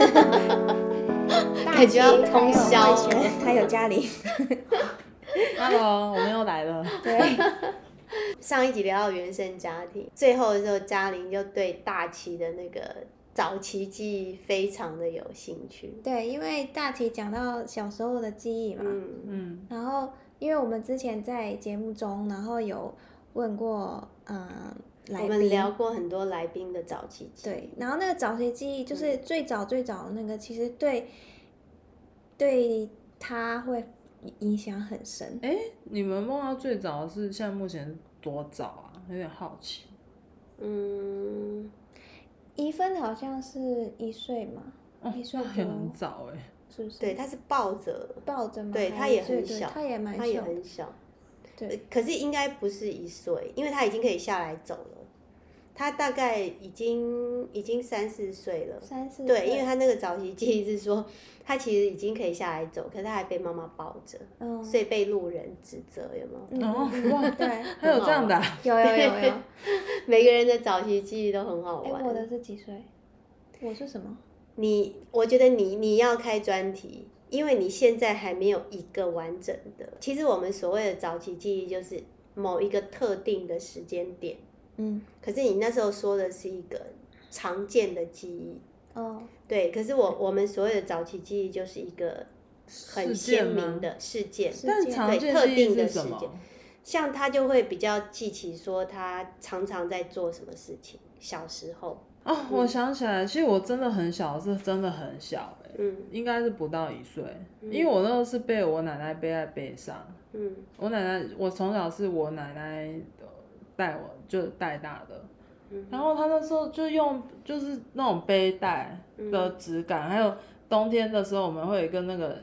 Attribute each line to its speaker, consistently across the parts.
Speaker 1: 感觉要通宵。
Speaker 2: 还有 嘉玲，
Speaker 3: Hello，我们又来了。
Speaker 2: 对，
Speaker 1: 上一集聊到原生家庭，最后的时候，嘉玲就对大齐的那个早期记忆非常的有兴趣。
Speaker 2: 对，因为大体讲到小时候的记忆嘛，
Speaker 1: 嗯，
Speaker 3: 嗯，
Speaker 2: 然后因为我们之前在节目中，然后有问过，嗯、来宾
Speaker 1: 我们聊过很多来宾的早期记忆。
Speaker 2: 对，然后那个早期记忆就是最早最早的那个，其实对对他会影响很深。
Speaker 3: 哎、你们梦到最早是现在目前是多早啊？有点好奇。
Speaker 1: 嗯，
Speaker 2: 一分好像是一岁嘛，
Speaker 1: 嗯
Speaker 3: 哦，
Speaker 2: 你说
Speaker 3: 那也很早
Speaker 1: 哦
Speaker 3: 哎、
Speaker 2: 是不是？
Speaker 1: 对，他是抱着，
Speaker 2: 抱着嘛，
Speaker 1: 对，他
Speaker 2: 还
Speaker 1: 也
Speaker 2: 是
Speaker 1: 很
Speaker 2: 对
Speaker 1: 小，
Speaker 2: 他也蛮
Speaker 1: 他也
Speaker 2: 小，
Speaker 1: 很小。呃
Speaker 2: 对，
Speaker 1: 可是应该不是一岁，因为他已经可以下来走了。他大概已经已经三四岁了，
Speaker 2: 三四
Speaker 1: 对，因为
Speaker 2: 岁
Speaker 1: 他那个早期记忆是说，他其实已经可以下来走，可是他还被妈妈抱着，
Speaker 2: 嗯，
Speaker 1: 所以被路人指责，有没有？
Speaker 2: 嗯
Speaker 3: 哦
Speaker 2: 嗯嗯
Speaker 3: 哇
Speaker 2: 对，
Speaker 3: 还有这样的啊、
Speaker 2: 有有有有，
Speaker 1: 每个人的早期记忆都很好
Speaker 2: 哎，我
Speaker 1: 玩。
Speaker 2: 的是几岁？我是什么？
Speaker 1: 你，我觉得你你要开专题，因为你现在还没有一个完整的。其实我们所谓的早期记忆，就是某一个特定的时间点，
Speaker 2: 嗯，
Speaker 1: 可是你那时候说的是一个常见的记忆，
Speaker 2: 哦，
Speaker 1: 对。可是我我们所有的早期记忆就是一个很
Speaker 3: 事
Speaker 1: 鲜
Speaker 3: 件吗
Speaker 1: 明？的事件，
Speaker 2: 事
Speaker 3: 但
Speaker 2: 件
Speaker 3: 常
Speaker 1: 对
Speaker 3: 见
Speaker 1: 特
Speaker 3: 记忆
Speaker 1: 定的嗯
Speaker 3: 是什
Speaker 1: 事件
Speaker 3: 么？
Speaker 1: 像他就会比较记起说他常常在做什么事情，小时候，
Speaker 3: 哦，我想起来，其实我真的很小，是真的很小哎、
Speaker 1: 嗯
Speaker 3: 应该是不到一岁，因为我那时候是被我奶奶背在背上，
Speaker 1: 嗯
Speaker 3: 我奶奶，我从小是我奶奶呃带我就带大的，
Speaker 1: 嗯
Speaker 3: 然后她那时候就用就是那种背带的质感，还有冬天的时候我们会有一个那个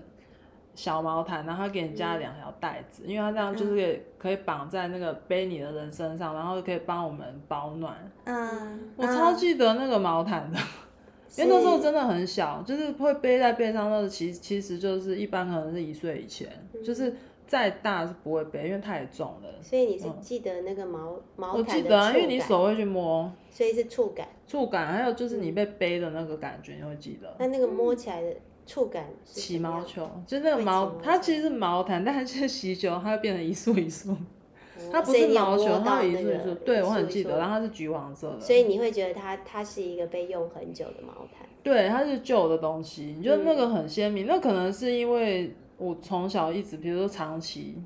Speaker 3: 小毛毯，然后她给你加两条带子，因为她这样就是可以可以绑在那个背你的人身上，然后可以帮我们保暖。
Speaker 2: 啊，
Speaker 1: 嗯
Speaker 3: 我超记得那个毛毯的。因为那时候
Speaker 1: 是
Speaker 3: 真的很小，就是会背在背上，那时其其实就是一般可能是一岁以前，
Speaker 1: 嗯
Speaker 3: 就是再大是不会背，因为太重了。
Speaker 1: 所以你是记得那个毛、毛
Speaker 3: 嗯我
Speaker 1: 毯
Speaker 3: 记
Speaker 1: 哦的
Speaker 3: 得、啊，因为
Speaker 1: 触
Speaker 3: 你
Speaker 1: 感
Speaker 3: 手会去摸
Speaker 1: 所以是触感，
Speaker 3: 触感，还有就是你被背的那个感觉，你会记得。
Speaker 1: 嗯那那个摸起来的触感是
Speaker 3: 起
Speaker 1: 什么
Speaker 3: 毛
Speaker 1: 样
Speaker 3: 球，就是那个
Speaker 1: 会
Speaker 3: 毛
Speaker 1: 起毛，
Speaker 3: 它
Speaker 1: 球
Speaker 3: 其实是毛毯，但它就是洗球，它会变成一束 一束，
Speaker 1: 哦
Speaker 3: 它不
Speaker 1: 所以
Speaker 3: 是
Speaker 1: 你有
Speaker 3: 毛球
Speaker 1: 摸，
Speaker 3: 它
Speaker 1: 到
Speaker 3: 有一
Speaker 1: 那
Speaker 3: 束一
Speaker 1: 个
Speaker 3: 束。对，我很
Speaker 1: 一
Speaker 3: 记
Speaker 1: 束
Speaker 3: 得，然后它是橘黄色的。
Speaker 1: 所以你会觉得它它是一个被用很久的毛毯，
Speaker 3: 对，它是旧的东西，你觉得那个很鲜明。那可能是因为我从小一直，比如说长期，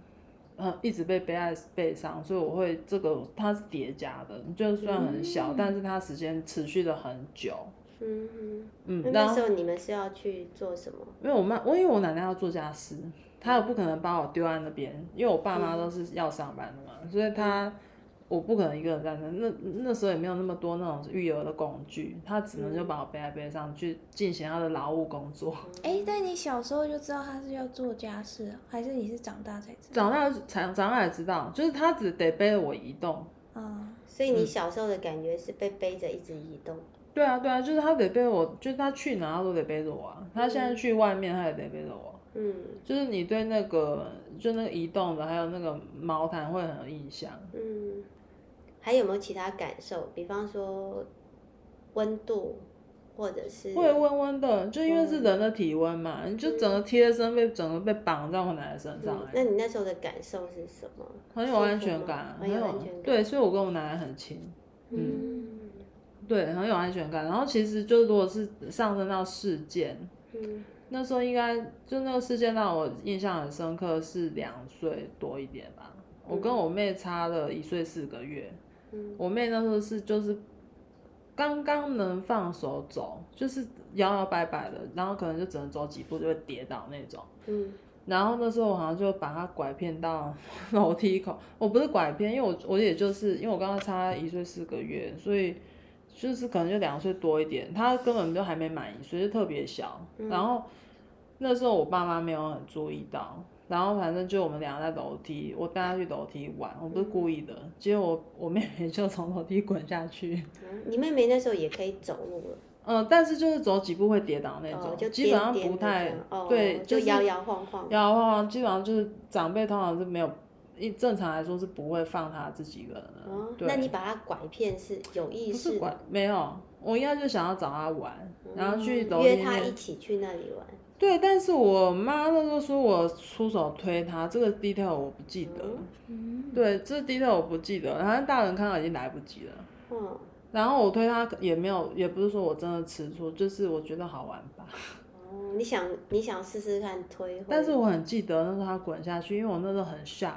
Speaker 3: 呃，一直被背在背上，所以我会这个它是叠加的。你就算很小，但是它时间持续的很久。
Speaker 1: 嗯，
Speaker 3: 嗯
Speaker 1: 那，
Speaker 3: 然
Speaker 1: 那
Speaker 3: 后
Speaker 1: 时候你们是要去做什么？
Speaker 3: 因为我妈，我因为我奶奶要做家事，她也不可能把我丢在那边，因为我爸妈都是要上班的嘛，所以她我不可能一个人在那。那那时候也没有那么多那种育儿的工具，她只能就把我背在背上去进行她的劳务工作。
Speaker 1: 嗯
Speaker 2: 哎，但你小时候就知道他是要做家事啊，还是你是长大才知道？
Speaker 3: 长大才长大才知道，就是他只得背着我移动。
Speaker 2: 啊，
Speaker 1: 所以你小时候的感觉是被背着一直移动，
Speaker 3: 对啊，对啊，就是他得背着我，就是他去哪他都得背着我啊。他现在去外面，他也得背着我。
Speaker 1: 嗯
Speaker 3: 就是你对那个就那个移动的，还有那个毛毯会很有印象。
Speaker 1: 嗯，还有没有其他感受？比方说温度，或者是
Speaker 3: 会温温的，就因为是人的体温嘛，你就整个贴身被整个被绑在我奶奶身上、
Speaker 1: 嗯
Speaker 3: 欸
Speaker 1: 那你那时候的感受是什么？
Speaker 3: 很
Speaker 1: 舒
Speaker 3: 有
Speaker 1: 服
Speaker 3: 安全
Speaker 1: 吗
Speaker 3: 感啊，
Speaker 1: 很有安全感。，
Speaker 3: 对，所以我跟我奶奶很亲。
Speaker 1: 嗯
Speaker 3: 对，很有安全感。然后其实就如果是上升到事件，
Speaker 1: 嗯
Speaker 3: 那时候应该就那个事件让我印象很深刻，是两岁多一点吧。我跟我妹差了一岁四个月，
Speaker 1: 嗯
Speaker 3: 我妹那时候是就是刚刚能放手走，就是摇摇摆摆的，然后可能就只能走几步就会跌倒那种。
Speaker 1: 嗯
Speaker 3: 然后那时候我好像就把她拐骗到 楼梯口，我不是拐骗，因为我我也就是因为我跟她差一岁四个月，所以就是可能就两岁多一点，她根本就还没满一岁，就特别小。
Speaker 1: 嗯
Speaker 3: 然后那时候我爸妈没有很注意到，然后反正就我们俩在楼梯，我带她去楼梯玩，我不是故意的，结果我我妹妹就从楼梯滚下去。
Speaker 1: 嗯，你妹妹那时候也可以走路了，
Speaker 3: 嗯，但是就是走几步会跌倒那种，
Speaker 1: 哦，就
Speaker 3: 呃基本上
Speaker 1: 颠颠
Speaker 3: 不
Speaker 1: 的这
Speaker 3: 太
Speaker 1: 样哦，
Speaker 3: 对，
Speaker 1: 就是摇摇晃晃，
Speaker 3: 摇晃晃，基本上就是长辈通常是没有一正常来说是不会放他自己一个人的。
Speaker 1: 哦，
Speaker 3: 对
Speaker 1: 那你把它拐骗是有意
Speaker 3: 不
Speaker 1: 识
Speaker 3: 是管
Speaker 1: 的，
Speaker 3: 没有，我应该就想要找他玩，然后去
Speaker 1: 嗯
Speaker 3: 楼
Speaker 1: 约
Speaker 3: 里
Speaker 1: 他
Speaker 3: 面
Speaker 1: 一起去那里玩。
Speaker 3: 对，但是我妈那时候说我出手推她，这个 detail 我不记得。
Speaker 1: 嗯
Speaker 2: 嗯，
Speaker 3: 对，这 detail 我不记得，然后大人看到已经来不及了。
Speaker 1: 嗯，
Speaker 3: 然后我推她也没有，也不是说我真的吃醋，就是我觉得好玩吧。
Speaker 1: 哦，你想你想试试看推会，
Speaker 3: 但是我很记得那时候她滚下去，因为我那时候很 shock，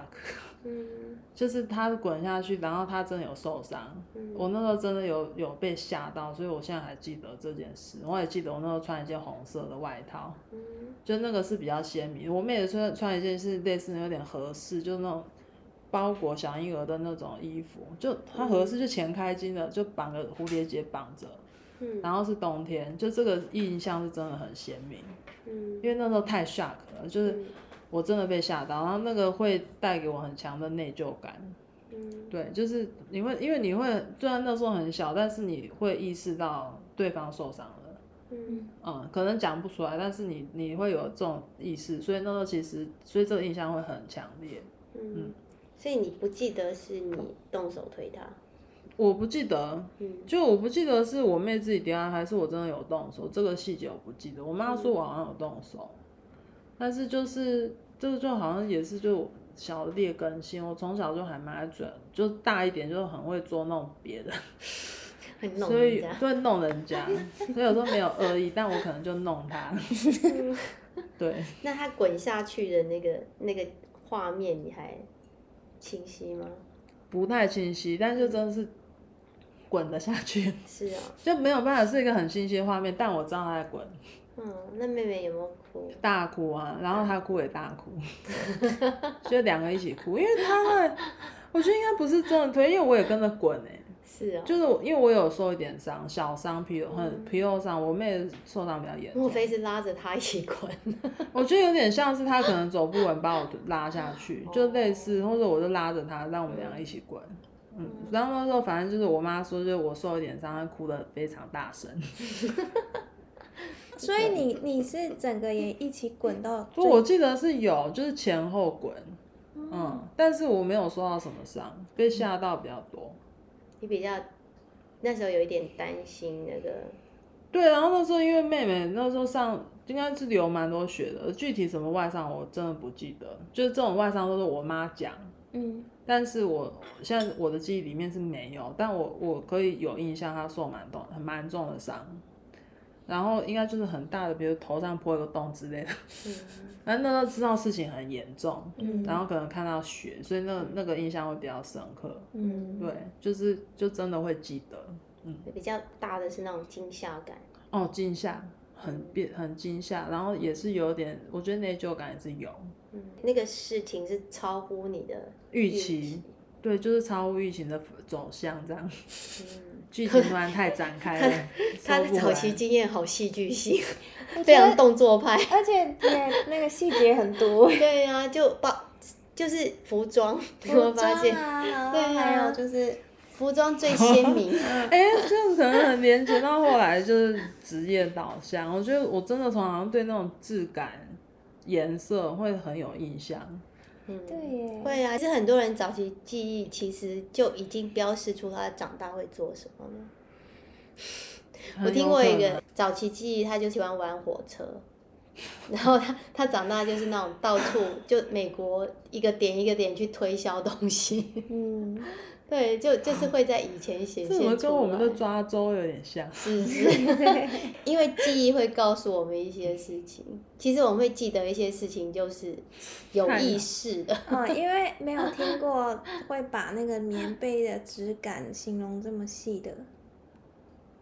Speaker 1: 嗯
Speaker 3: 就是她滚下去，然后她真的有受伤。
Speaker 1: 嗯，
Speaker 3: 我那时候真的有有被吓到，所以我现在还记得这件事。我也记得我那时候穿一件红色的外套，
Speaker 1: 嗯
Speaker 3: 就那个是比较鲜明。我妹也穿穿一件是类似有点合适，就是那种包裹小婴儿的那种衣服，就它合适就前开襟的，就绑个蝴蝶结绑着，
Speaker 1: 嗯
Speaker 3: 然后是冬天，就这个印象是真的很鲜明，
Speaker 1: 嗯，
Speaker 3: 因为那时候太 shock 了，就是
Speaker 1: 嗯
Speaker 3: 我真的被吓到，然后那个会带给我很强的内疚感。
Speaker 1: 嗯
Speaker 3: 对，就是你会，因为你会，虽然那时候很小，但是你会意识到对方受伤了。
Speaker 1: 嗯
Speaker 3: 嗯，可能讲不出来，但是你你会有这种意识，所以那时候其实，所以这个印象会很强烈。
Speaker 1: 嗯，所以你不记得是你动手推他，
Speaker 3: 我不记得，
Speaker 1: 嗯
Speaker 3: 就我不记得是我妹自己丢啊，还是我真的有动手，这个细节我不记得。我
Speaker 1: 嗯
Speaker 3: 妈说我好像有动手，但是就是这个就好像也是就小劣根性，我从小就还蛮爱准，就大一点就很会捉弄别人。
Speaker 1: 很弄
Speaker 3: 嗯所以
Speaker 1: 人家，
Speaker 3: 对弄人家，所以有时候没有恶意，但我可能就弄他。 对，
Speaker 1: 那他滚下去的那个那个画面你还清晰吗？
Speaker 3: 不太清晰，但就真的是滚得下去，
Speaker 1: 是啊，
Speaker 3: 就没有办法是一个很清晰的画面，但我知道他在滚，
Speaker 1: 嗯，那妹妹有没有哭？
Speaker 3: 大哭啊，然后他哭也 大哭，就两个一起哭，因为他们，我觉得应该不是真的推，因为我也跟着滚哎、
Speaker 1: 是啊，
Speaker 3: 就是我因为我有受一点伤，小伤皮肉
Speaker 1: 嗯
Speaker 3: 很皮肉伤，我妹受伤比较严重
Speaker 1: 莫，非是拉着他一起滚？
Speaker 3: 我觉得有点像是他可能走不稳，把我拉下去，就类似，或者我就拉着他，让我们两个一起滚。嗯，然后那时候反正就是我妈说，就是我受一点伤，她哭的非常大声。
Speaker 2: 所以你你是整个也一起滚 到
Speaker 3: 所以我记得是有，就是前后滚，嗯，但是我没有受到什么伤，被吓到比较多。
Speaker 1: 你比较那时候有一点担心那个，
Speaker 3: 对，然后那时候因为妹妹那时候上应该是流蛮多血的，具体什么外伤我真的不记得，就是这种外伤都是我妈讲，
Speaker 2: 嗯
Speaker 3: 但是我现在我的记忆里面是没有，但我我可以有印象，他受蛮重、很蛮重的伤，然后应该就是很大的，比如头上破一个洞之类的。
Speaker 1: 嗯
Speaker 3: 然后那时候知道事情很严重，
Speaker 2: 嗯
Speaker 3: 然后可能看到血，所以那那个印象会比较深刻。
Speaker 2: 嗯
Speaker 3: 对，就是就真的会记得
Speaker 1: 比较大的是那种惊吓感，
Speaker 3: 哦，惊吓，很变很惊吓，然后也是有点，我觉得内疚感也是有
Speaker 1: 嗯，那个事情是超乎你的
Speaker 3: 预期，，对，就是超乎预期的走向这样，
Speaker 1: 嗯，，
Speaker 3: 剧情突然太展开了
Speaker 1: 他
Speaker 3: 收
Speaker 1: 的
Speaker 3: 不
Speaker 1: 早
Speaker 3: 完
Speaker 1: 期经验好戏剧性，
Speaker 2: 我
Speaker 1: 非
Speaker 2: 觉
Speaker 1: 常
Speaker 2: 得，
Speaker 1: 动作派，
Speaker 2: 而且也那个细节很 多，
Speaker 1: 对啊，就把就是服装， 你有没有
Speaker 2: 服
Speaker 1: 发
Speaker 2: 装
Speaker 1: 现？
Speaker 2: 啊，然后
Speaker 1: 对啊
Speaker 2: 还有就是
Speaker 1: 服装最鲜明，
Speaker 3: 哎、这样可能很连接到后来就是职业导向。我觉得我真的从好像对那种质感、颜色会很有印象。
Speaker 1: 嗯，
Speaker 2: 对耶，
Speaker 1: 会啊，其实很多人早期记忆其实就已经标示出他长大会做什么了。我听过一
Speaker 3: 很有可
Speaker 1: 个
Speaker 3: 能，
Speaker 1: 早期记忆，他就喜欢玩火车， 然后他他长大就是那种到处就美国一个点一个点去推销东西，
Speaker 2: 嗯，
Speaker 1: 对，就就是会在以前显
Speaker 3: 这怎么
Speaker 1: 现
Speaker 3: 跟
Speaker 1: 出
Speaker 3: 我们的
Speaker 1: 来。
Speaker 3: 抓周有点像？
Speaker 1: 是不是， 因为记忆会告诉我们一些事情。其实我们会记得一些事情，就是有
Speaker 3: 看
Speaker 1: 意
Speaker 3: 了
Speaker 1: 识的。
Speaker 2: 哦， 因为没有听过会把那个棉被的质感形容这么细的，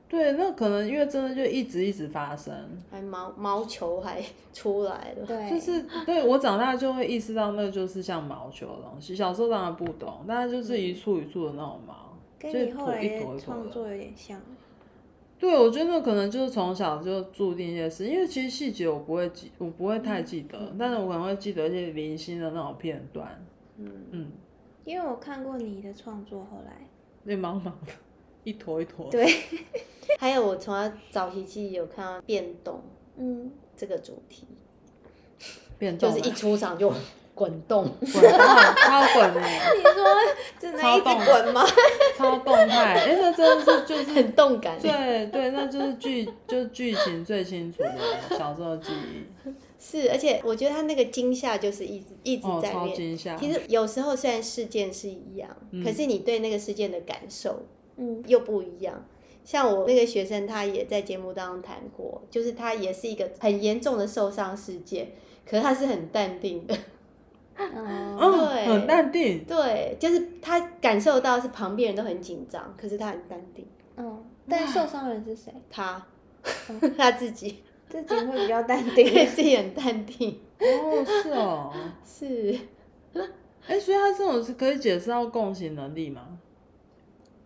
Speaker 3: 对，那可能因为真的就一直一直发生，
Speaker 1: 还毛毛球还出来了。
Speaker 2: 对，
Speaker 3: 就是对我长大就会意识到，那就是像毛球的东西。小时候当然不懂，但是就是一簇一簇的那种毛，
Speaker 2: 跟
Speaker 3: 就是
Speaker 2: 你后
Speaker 3: 坨
Speaker 2: 来
Speaker 3: 一坨
Speaker 2: 的
Speaker 3: 一坨
Speaker 2: 创
Speaker 3: 的。
Speaker 2: 作有点像，
Speaker 3: 对，我觉得可能就是从小就注定一些事，因为其实细节我不会记，我不会太记得，但是我可能会记得一些零星的那种片段。
Speaker 1: 嗯，
Speaker 3: 嗯，
Speaker 2: 因为我看过你的创作，后来
Speaker 3: 那茫茫的，一坨一坨。
Speaker 2: 对，
Speaker 1: 还有我从他早期记忆有看到变动
Speaker 2: 嗯，
Speaker 1: 这个主题，
Speaker 3: 变
Speaker 1: 就
Speaker 3: 动
Speaker 1: 是
Speaker 3: 了。
Speaker 1: 一出场就
Speaker 4: 滚 动，
Speaker 3: 滚啊，超滚哎、
Speaker 2: 你说只能
Speaker 3: 超
Speaker 2: 一
Speaker 3: 动
Speaker 2: 直
Speaker 1: 滚 吗？
Speaker 3: 超动态，哎、那真的是就是
Speaker 4: 很动感。
Speaker 3: 对对，那就是剧就是剧情最清楚的小时候记忆，
Speaker 1: 是，而且我觉得他那个惊吓就是一直一直
Speaker 3: 哦，
Speaker 1: 在
Speaker 3: 超
Speaker 1: 面。
Speaker 3: 惊吓。
Speaker 1: 其实有时候虽然事件是一样，
Speaker 3: 嗯
Speaker 1: 可是你对那个事件的感受
Speaker 2: 嗯
Speaker 1: 又不一样。像我那个学生，他也在节目当中谈过，就是他也是一个很严重的受伤事件，可是他是很淡定的，
Speaker 2: 嗯
Speaker 3: 嗯，
Speaker 1: 对
Speaker 3: 很淡定，
Speaker 1: 对，就是他感受到是旁边人都很紧张，可是他很淡定，
Speaker 2: 嗯，但受伤人是谁？
Speaker 3: 哦
Speaker 1: 他 他自己
Speaker 2: 自己会比较淡
Speaker 1: 对
Speaker 2: 定。
Speaker 1: 自己很淡定，
Speaker 3: 哦，是哦，
Speaker 1: 是
Speaker 3: 哎、所以他这种是可以解释到共情能力吗？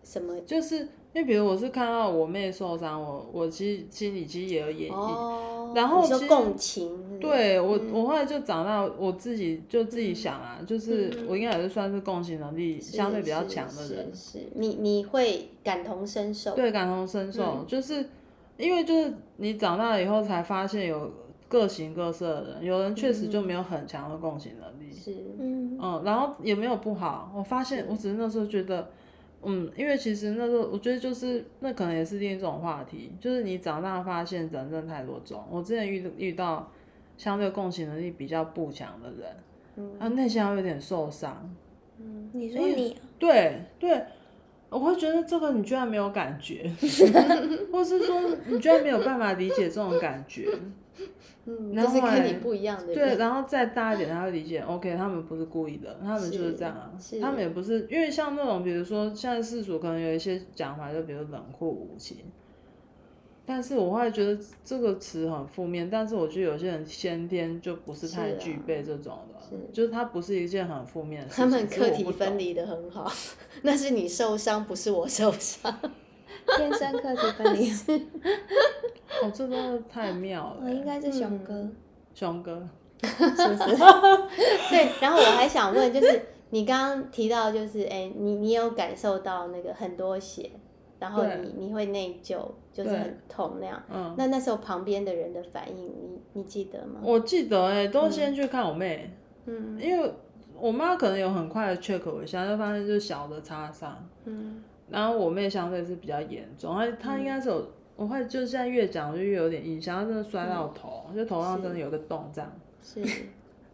Speaker 1: 什么？
Speaker 3: 就是因为比如我是看到我妹受伤，我我其实心里其实也有演绎，
Speaker 1: 哦，
Speaker 3: 然后
Speaker 1: 你说
Speaker 3: 其实
Speaker 1: 共情，
Speaker 3: 对我，
Speaker 1: 嗯
Speaker 3: 我后来就长大，我自己就自己想啊，就是
Speaker 1: 嗯嗯
Speaker 3: 我应该也是算是共情能力
Speaker 1: 是
Speaker 3: 相对比较
Speaker 1: 是
Speaker 3: 强的
Speaker 1: 是
Speaker 3: 人，
Speaker 1: 是你你会感同身受，
Speaker 3: 对，感同身受，
Speaker 1: 嗯
Speaker 3: 就是因为就是你长大以后才发现有各形各色的人，有人确实就没有很强的共情能力，
Speaker 1: 嗯是，
Speaker 2: 嗯
Speaker 3: 嗯，然后也没有不好，我发现我只是那时候觉得。嗯，因为其实那时候我觉得就是那可能也是另一种话题，就是你长大发现人真的太多种。我之前遇遇到相对共情能力比较不强的人，
Speaker 1: 嗯
Speaker 3: 啊，内心还有点受伤。
Speaker 1: 嗯，
Speaker 2: 你说你啊
Speaker 3: 对对，我会觉得这个你居然没有感觉， 或是说你居然没有办法理解这种感觉。
Speaker 1: 嗯，
Speaker 3: 然
Speaker 1: 就
Speaker 3: 后
Speaker 1: 是
Speaker 3: 后
Speaker 1: 跟
Speaker 3: 来
Speaker 1: 你不一样的
Speaker 3: 对，
Speaker 1: 人，
Speaker 3: 然后再大一点，他会理解。OK，他们不是故意的，他们就是
Speaker 1: 是
Speaker 3: 这样啊
Speaker 1: 是。
Speaker 3: 他们也不是因为像那种，比如说现在世俗可能有一些讲法，就比如冷酷无情。但是我会觉得这个词很负面，但是我觉得有些人先天就不是太
Speaker 1: 是啊
Speaker 3: 具备这种的，
Speaker 1: 是
Speaker 3: 就是它不是一件很负面的事情。
Speaker 1: 他们
Speaker 3: 是我
Speaker 1: 课题
Speaker 3: 不懂
Speaker 1: 分离的很好， 那是你受伤，不是我受 伤，
Speaker 2: 嗯天生课题 分离，
Speaker 3: 哦，这真的太妙了
Speaker 2: 我应
Speaker 3: 欸！
Speaker 2: 该是熊哥，
Speaker 1: 嗯
Speaker 3: 熊哥，
Speaker 2: 是不 是？
Speaker 1: 对。然后我还想问，就是你刚刚提到，就是哎，你你有感受到那个很多血，然后
Speaker 3: 对
Speaker 1: 你你会内疚，就是
Speaker 3: 对
Speaker 1: 很痛那样。
Speaker 3: 嗯，
Speaker 1: 那那时候旁边的人的反应，你你记得吗？
Speaker 3: 我记得哎、都先去看我妹，
Speaker 1: 嗯
Speaker 3: 因为我妈可能有很快的 check 我一下，就发现就是小的擦伤，
Speaker 1: 嗯
Speaker 3: 然后我妹相对是比较严重，她她应该是有，我会就现在越讲我就越有点印象，她真的摔到头，就头上真的有个洞这样，
Speaker 1: 是，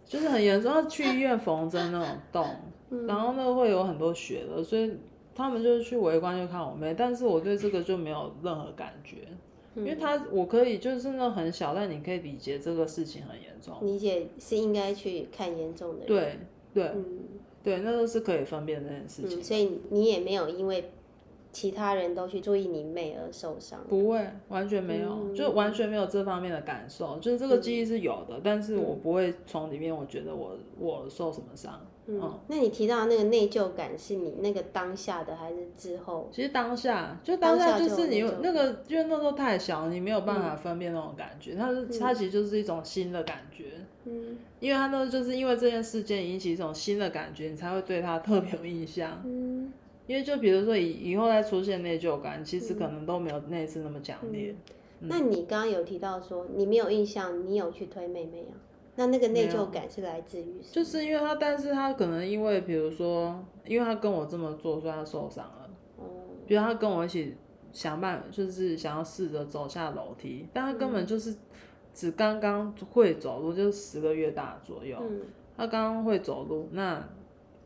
Speaker 3: 就是很严重，要去医院缝针那种洞，
Speaker 1: 嗯
Speaker 3: 然后那会有很多血的，所以他们就去围观就看我妹，但是我对这个就没有任何感觉。因为
Speaker 1: 嗯
Speaker 3: 他我可以就是那种很小，但你可以理解这个事情很严重。
Speaker 1: 理解是应该去看严重的人，
Speaker 3: 对对、
Speaker 1: 嗯。
Speaker 3: 对，那都是可以分辨这件事情。
Speaker 1: 嗯，所以你也没有因为其他人都去注意你妹而受伤。
Speaker 3: 不会，完全没有，
Speaker 1: 嗯
Speaker 3: 就完全没有这方面的感受。就是这个记忆是有的，但是
Speaker 1: 嗯
Speaker 3: 我不会从里面我觉得我我受什么伤。嗯
Speaker 1: 嗯，那你提到那个内疚感，是你那个当下的还是之后？
Speaker 3: 其实当下就
Speaker 1: 当
Speaker 3: 当
Speaker 1: 下
Speaker 3: 下
Speaker 1: 就
Speaker 3: 就是你
Speaker 1: 有
Speaker 3: 有
Speaker 1: 那
Speaker 3: 那
Speaker 1: 种
Speaker 3: 个，因为那时候太小，你没有办法分辨那种感觉。它是它
Speaker 1: 嗯
Speaker 3: 其实就是一种新的感觉。
Speaker 1: 嗯
Speaker 3: 因为他那时候就是因为这件事件引起一种新的感觉，你才会对他特别有印象。
Speaker 1: 嗯
Speaker 3: 因为就比如说以以后再出现内疚感，其实可
Speaker 1: 嗯
Speaker 3: 能都没有那一次那么强烈。
Speaker 1: 那你刚刚有提到说你没有印象，你有去推妹妹啊？那那个内疚感是来自于什么
Speaker 3: 就是因为他，但是他可能因为比如说，因为他跟我这么做，所以他受伤了。
Speaker 1: 哦，
Speaker 3: 比如他跟我一起想办法，就是想要试着走下楼梯，但他根本就是只刚刚会走路，就是十个月大左右，
Speaker 1: 嗯
Speaker 3: 他刚刚会走路，那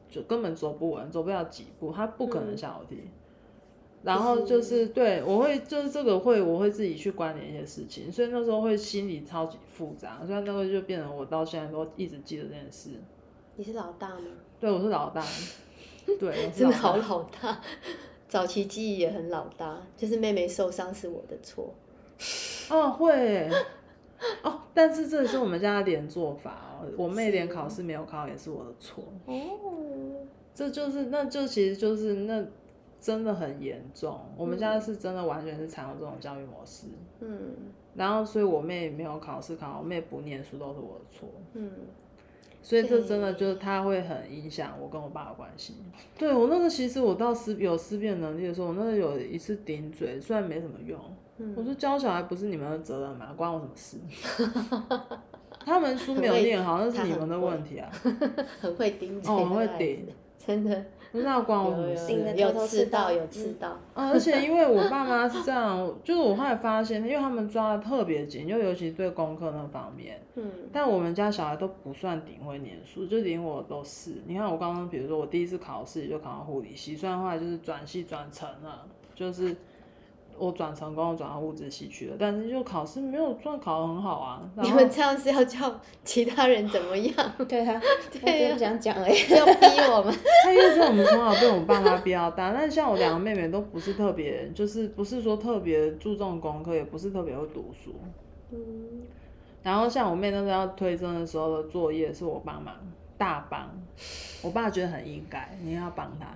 Speaker 3: 就根本走不稳，走不了几步，他不可能
Speaker 1: 嗯
Speaker 3: 下楼梯。然后就是对我会就是这个会我会自己去关联一些事情，所以那时候会心里超级复杂，所以那个就变成我到现在都一直记得这件事。
Speaker 1: 你是老大吗？
Speaker 3: 对我是老大，对，我是
Speaker 1: 真
Speaker 3: 老
Speaker 1: 的好
Speaker 3: 大。
Speaker 1: 老大， 早期记忆也很老大，就是妹妹受伤是我的错。
Speaker 3: 哦，会哦，但是这也是我们家的连做法哦，我妹
Speaker 1: 是
Speaker 3: 连考试没有考也是我的错，
Speaker 1: 哦，
Speaker 3: 这就是那就其实就是那真的很严重，我们家是真的完全是采用这种教育模式，
Speaker 1: 嗯
Speaker 3: 然后所以我妹没有考试考，我妹不念书都是我的错，
Speaker 1: 嗯。
Speaker 3: 所以这真的就是他会很影响我跟我爸的关系。对我那个其实我到思有思辨能力的时候，我那个有一次顶嘴，虽然没什么用，
Speaker 1: 嗯
Speaker 3: 我说教小孩不是你们的责任嘛，关我什么事？他们书没有
Speaker 1: 很会
Speaker 3: 念好，那是
Speaker 1: 他
Speaker 3: 你
Speaker 1: 很
Speaker 3: 们的
Speaker 1: 会
Speaker 3: 问题啊，
Speaker 1: 很会顶嘴，
Speaker 3: 哦很会顶，哦
Speaker 1: 真的
Speaker 3: 那关我什么
Speaker 1: 有
Speaker 3: 事
Speaker 2: 顶
Speaker 1: 有？
Speaker 2: 得
Speaker 1: 有
Speaker 2: 头头是
Speaker 1: 有吃到
Speaker 2: 道
Speaker 1: 有
Speaker 2: 嗯
Speaker 1: 吃到，
Speaker 3: 啊，而且因为我爸妈是这样，就是我后来发现，因为他们抓的特别紧，就尤其对功课那方面。
Speaker 1: 嗯，
Speaker 3: 但我们家小孩都不算顶会念书，就连我都是。你看我刚刚，比如说我第一次考试也就考到护理系，虽然后来就是转系转成了，就是我转成功，我转到物质系去了，但是就考试没有算考得很好啊。然
Speaker 1: 你
Speaker 3: 后
Speaker 1: 们这样是要叫其他人怎么样？
Speaker 2: 对啊，我只
Speaker 1: 对啊
Speaker 2: 是想讲而已。
Speaker 1: 要逼我 们？
Speaker 3: 他因为说我们从小被我们爸妈逼到大，但是像我两个妹妹都不是特别，就是不是说特别注重功课，也不是特别会读书。
Speaker 1: 嗯，
Speaker 3: 然后像我妹那时候要推甄的时候的作业是我帮忙大帮，我爸觉得很应该，你要帮他。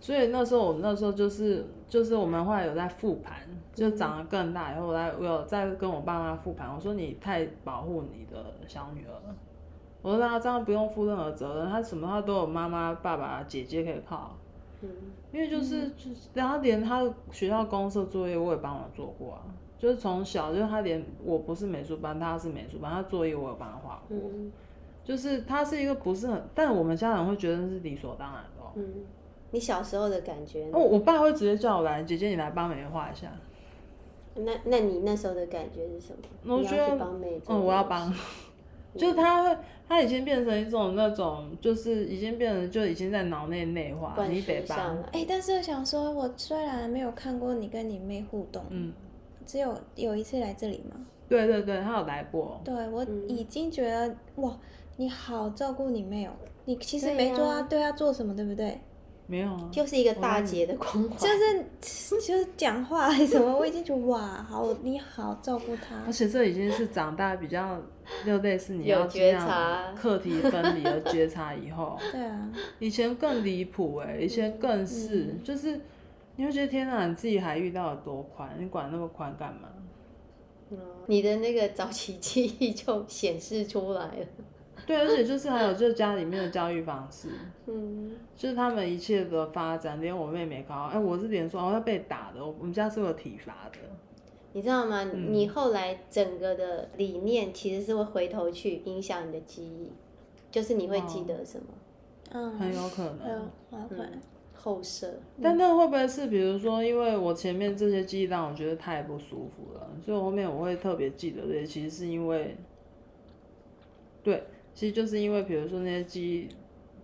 Speaker 3: 所以那时候我那时候就是就是我们后来有在复盘，就长得更大以后，我在我有在跟我爸妈复盘，我说你太保护你的小女儿了，我说她这样不用负任何责任，她什么她都有妈妈、爸爸、姐姐可以靠。
Speaker 1: 嗯
Speaker 3: 因为就是、就是，然后连他的学校公社作业我也帮忙做过啊，就是从小就是他连我不是美术班，他是美术班，他作业我有帮他画过，
Speaker 1: 嗯
Speaker 3: 就是他是一个不是很，但我们家长会觉得是理所当然的哦。
Speaker 1: 嗯，你小时候的感觉呢
Speaker 3: 哦，我爸会直接叫我来，姐姐你来帮妹妹画一下。
Speaker 1: 那那你那时候的感觉是什么？
Speaker 3: 我
Speaker 1: 你要
Speaker 3: 觉得
Speaker 1: 去帮妹做
Speaker 3: 嗯，我要
Speaker 1: 东西
Speaker 3: 帮，就是他会，他已经变成一种那种，就是已经变成就已经在脑内内化，
Speaker 1: 灌
Speaker 3: 你
Speaker 1: 输
Speaker 3: 得
Speaker 1: 上
Speaker 3: 帮。
Speaker 1: 来。
Speaker 2: 哎、但是我想说，我虽然没有看过你跟你妹互动，
Speaker 3: 嗯，
Speaker 2: 只有有一次来这里嘛，
Speaker 3: 对对对，他有来过。
Speaker 2: 对我
Speaker 1: 嗯
Speaker 2: 已经觉得、哇，你好照顾你妹哦，你其实
Speaker 1: 对
Speaker 2: 没做
Speaker 1: 呀
Speaker 2: 啊，对啊，做什么对不对？
Speaker 3: 没有啊，
Speaker 1: 就是一个大姐的光环，
Speaker 2: 就是就是讲话还是什么，我已经觉得哇，好你好照顾她
Speaker 3: 而，且这已经是长大比较，就类似你
Speaker 1: 有
Speaker 3: 要
Speaker 1: 觉
Speaker 3: 尽量
Speaker 1: 察
Speaker 3: 课题分离和觉察 以后，
Speaker 2: 对啊，
Speaker 3: 以前更离谱哎，以前更是，
Speaker 2: 嗯
Speaker 3: 就是你会觉得天哪，你自己还遇到有多宽，你管那么宽干嘛？
Speaker 1: 嗯你的那个早期记忆就显示出来了。
Speaker 3: 对，而且就是还有就是家里面的教育方式，
Speaker 1: 嗯，
Speaker 3: 就是他们一切的发展，连我妹妹考，哎、我是连说哦要被打的，我我们家是有体罚的，
Speaker 1: 你知道吗？
Speaker 3: 嗯
Speaker 1: 你后来整个的理念其实是会回头去影响你的记忆，就是你会记得什么
Speaker 2: 嗯，
Speaker 3: 很有可
Speaker 2: 还有
Speaker 3: 能。
Speaker 2: 还有可能，嗯
Speaker 1: 后设。
Speaker 3: 但那会不会是，比如说，因为我前面这些记忆让我觉得太不舒服了，所以我后面我会特别记得这些，其实是因为，对，其实就是因为，比如说那些记忆，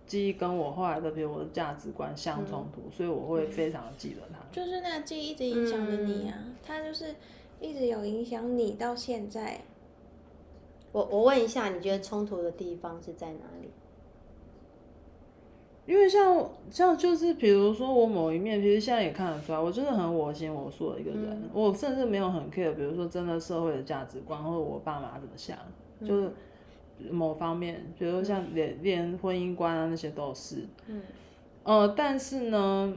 Speaker 3: 记忆跟我后来的，比如我的价值观相冲突，
Speaker 2: 嗯
Speaker 3: 所以我会非常记得它。
Speaker 2: 就是那个记忆一直影响着你啊，她就是一直有影响你到现在，
Speaker 1: 我我问一下，你觉得冲突的地方是在哪里？
Speaker 3: 因为像像就是比如说我某一面，其实现在也看得出来，我就是很我行我素的一个人，
Speaker 1: 嗯
Speaker 3: 我甚至没有很 care，比如说真的社会的价值观或者我爸妈怎么想，
Speaker 1: 嗯
Speaker 3: 就是某方面，比如说像连连婚姻观啊那些都是，
Speaker 1: 嗯
Speaker 3: 呃，但是呢，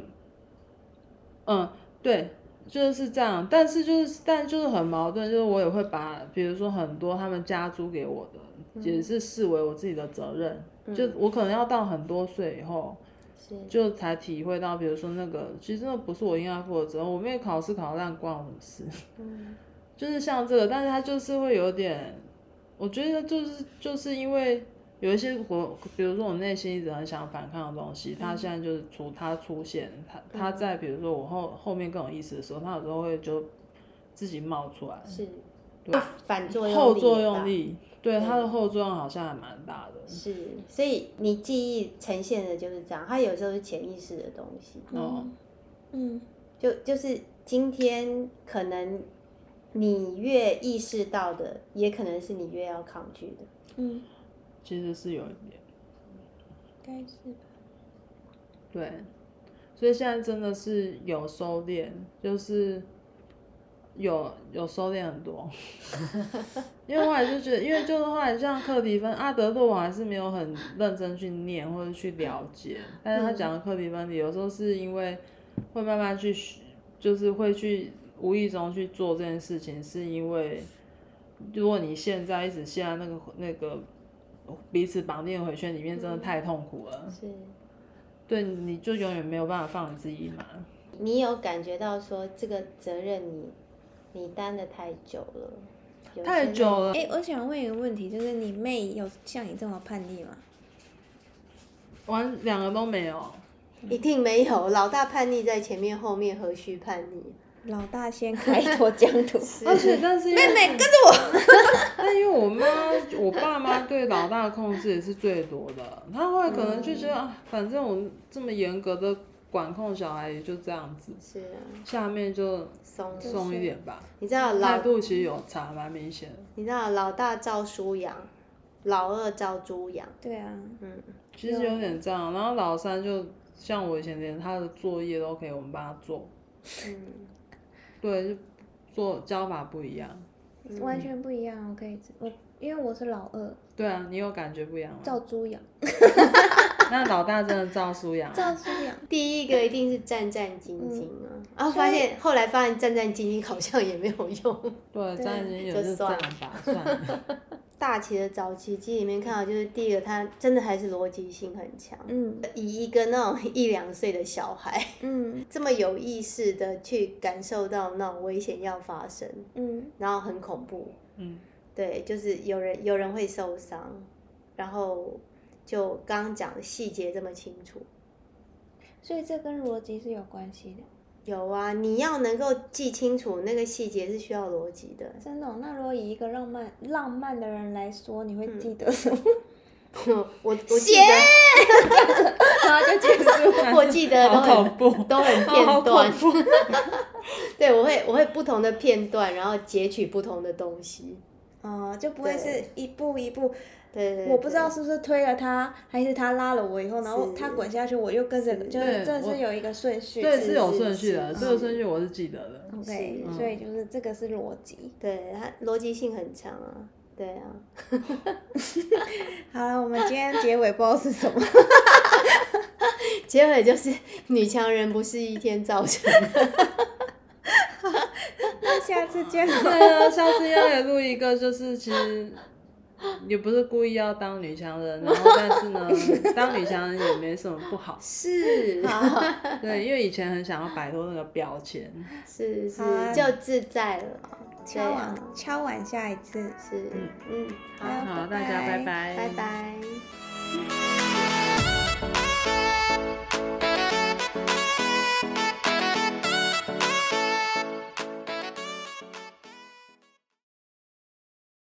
Speaker 3: 嗯、对，就是这样，但是就是但就是很矛盾，就是我也会把比如说很多他们家租给我的，也是视为我自己的责任，就我可能要到很多岁以后。
Speaker 1: 是
Speaker 3: 就才体会到，比如说那个，其实那不是我应该负的责任，我没有考试考烂，关我什么事？
Speaker 1: 嗯
Speaker 3: 就是像这个，但是他就是会有点，我觉得就是就是因为有一些我，比如说我内心一直很想反抗的东
Speaker 1: 嗯
Speaker 3: 西，他现在就是出他出现，他他在比如说我后后面更有意思的时候，他有时候会就自己冒出来，
Speaker 1: 是
Speaker 3: 对，
Speaker 1: 反作用力
Speaker 3: 后作
Speaker 1: 吧
Speaker 3: 用力，
Speaker 1: 对
Speaker 3: 对他的后作用好像还蛮大的，
Speaker 1: 是，所以你记忆呈现的就是这样，它有时候是潜意识的东西，
Speaker 3: 哦
Speaker 2: 嗯，
Speaker 1: 就就是今天可能你越意识到的，也可能是你越要抗拒的。
Speaker 2: 嗯，
Speaker 3: 其实是有一点。
Speaker 2: 该是吧，
Speaker 3: 对，所以现在真的是有收敛，就是有有收敛很多。因为后来就觉得，因为就是后来像课题分阿德勒，我还是没有很认真去念或者去了解。但是他讲的课题分离，有时候是因为会慢慢去学，就是会去无意中去做这件事情，是因为如果你现在一直陷在那个那个彼此绑定的回圈里面，真的太痛苦了。
Speaker 1: 是
Speaker 3: 对，你就永远没有办法放你自己嘛。
Speaker 1: 你有感觉到说这个责任你你担的太久了，有
Speaker 3: 太
Speaker 1: 些
Speaker 3: 久
Speaker 1: 人
Speaker 3: 了。
Speaker 2: 哎、我想问一个问题，就是你妹有像你这么叛逆吗？
Speaker 3: 完两个都没有，
Speaker 1: 一定没有，老大叛逆在前面，后面何须叛逆？
Speaker 2: 老大先开拓疆土，
Speaker 3: 而且但 是因为妹妹跟着我， 但因为我妈我爸妈对老大的控制也是最多的，他后来可能就觉得、啊，反正我这么严格的管控小孩也就这样子，
Speaker 1: 是啊，
Speaker 3: 下面就
Speaker 1: 松了。
Speaker 3: 松一点吧。
Speaker 1: 你知道
Speaker 3: 态
Speaker 1: 老，
Speaker 3: 度其实有差，蛮明显的。
Speaker 1: 你知道老大照书养，老二照猪养，
Speaker 2: 对啊，
Speaker 1: 嗯，
Speaker 3: 其实有点这样，然后老三就像我以前连他的作业都可以我们帮他做，
Speaker 1: 嗯，
Speaker 3: 对，就做教法不一样。
Speaker 2: 完全不一样。我可以，我因为我是老二，
Speaker 3: 对啊，你有感觉不一样吗？
Speaker 2: 照猪养，
Speaker 3: 那老大真的照书养啊，
Speaker 2: 照猪养。
Speaker 1: 第一个一定是战战兢兢啊，然后发现后来发现战战兢兢好像也没有用。
Speaker 2: 对
Speaker 3: 对，呃张眼睛也
Speaker 1: 就是
Speaker 3: 这
Speaker 1: 算
Speaker 3: 样吧，算了。
Speaker 1: 大齐的早期记里面看到，就是第一个他真的还是逻辑性很强，
Speaker 2: 嗯
Speaker 1: 以一个那种一两岁的小孩
Speaker 2: 嗯
Speaker 1: 这么有意识的去感受到那种危险要发生，
Speaker 2: 嗯，
Speaker 1: 然后很恐怖，
Speaker 3: 嗯，
Speaker 1: 对，就是有人有人会受伤，然后就刚刚讲的细节这么清楚。
Speaker 2: 所以这跟逻辑是有关系的。
Speaker 1: 有啊，你要能够记清楚那个细节是需要逻辑的。
Speaker 2: 真的哦、那如果以一个浪漫浪漫的人来说，你会记得什么？
Speaker 3: 嗯
Speaker 1: 嗯我我记得
Speaker 2: 然后就结 束。
Speaker 1: 我记得都很
Speaker 3: 好恐怖，
Speaker 1: 都很
Speaker 3: 好
Speaker 1: 片段，
Speaker 3: 恐怖。
Speaker 1: 对我会我会不同的片段，然后截取不同的东西。
Speaker 2: 哦，就不会
Speaker 1: 对
Speaker 2: 是一步一步，
Speaker 1: 对对对
Speaker 2: 我不知道是不是推了他，还是他拉了我以后，然后
Speaker 1: 是
Speaker 2: 他滚下去，我又跟着，就是
Speaker 3: 对
Speaker 2: 这
Speaker 3: 我
Speaker 2: 是有一个顺序。
Speaker 3: 对，
Speaker 2: 是
Speaker 3: 是有顺序的，
Speaker 1: 是
Speaker 3: 这个顺序嗯我是记得的。
Speaker 2: OK，
Speaker 1: 是
Speaker 2: 所以就是这个是逻辑。
Speaker 1: 对它逻辑性很强啊，对啊，
Speaker 2: 好了，我们今天结尾不知道是什么，
Speaker 1: 结尾就是 女强人不是一天造 成的。
Speaker 2: 那下次见了。
Speaker 3: 对啊，下次要来录一个，就是其实也不是故意要当女强人，然后但是呢，当女强人也没什么不好。
Speaker 1: 是
Speaker 3: 对，因为以前很想要摆脱那个标签。
Speaker 1: 是是
Speaker 2: 好啊，
Speaker 1: 就自在了啊。对
Speaker 2: 敲
Speaker 1: 啊
Speaker 2: 碗，，敲碗下一次。
Speaker 1: 是
Speaker 3: 嗯
Speaker 1: 嗯，好，
Speaker 2: 好
Speaker 3: 好，大
Speaker 2: 拜
Speaker 3: 家
Speaker 2: 拜
Speaker 3: 拜拜，
Speaker 1: 拜拜。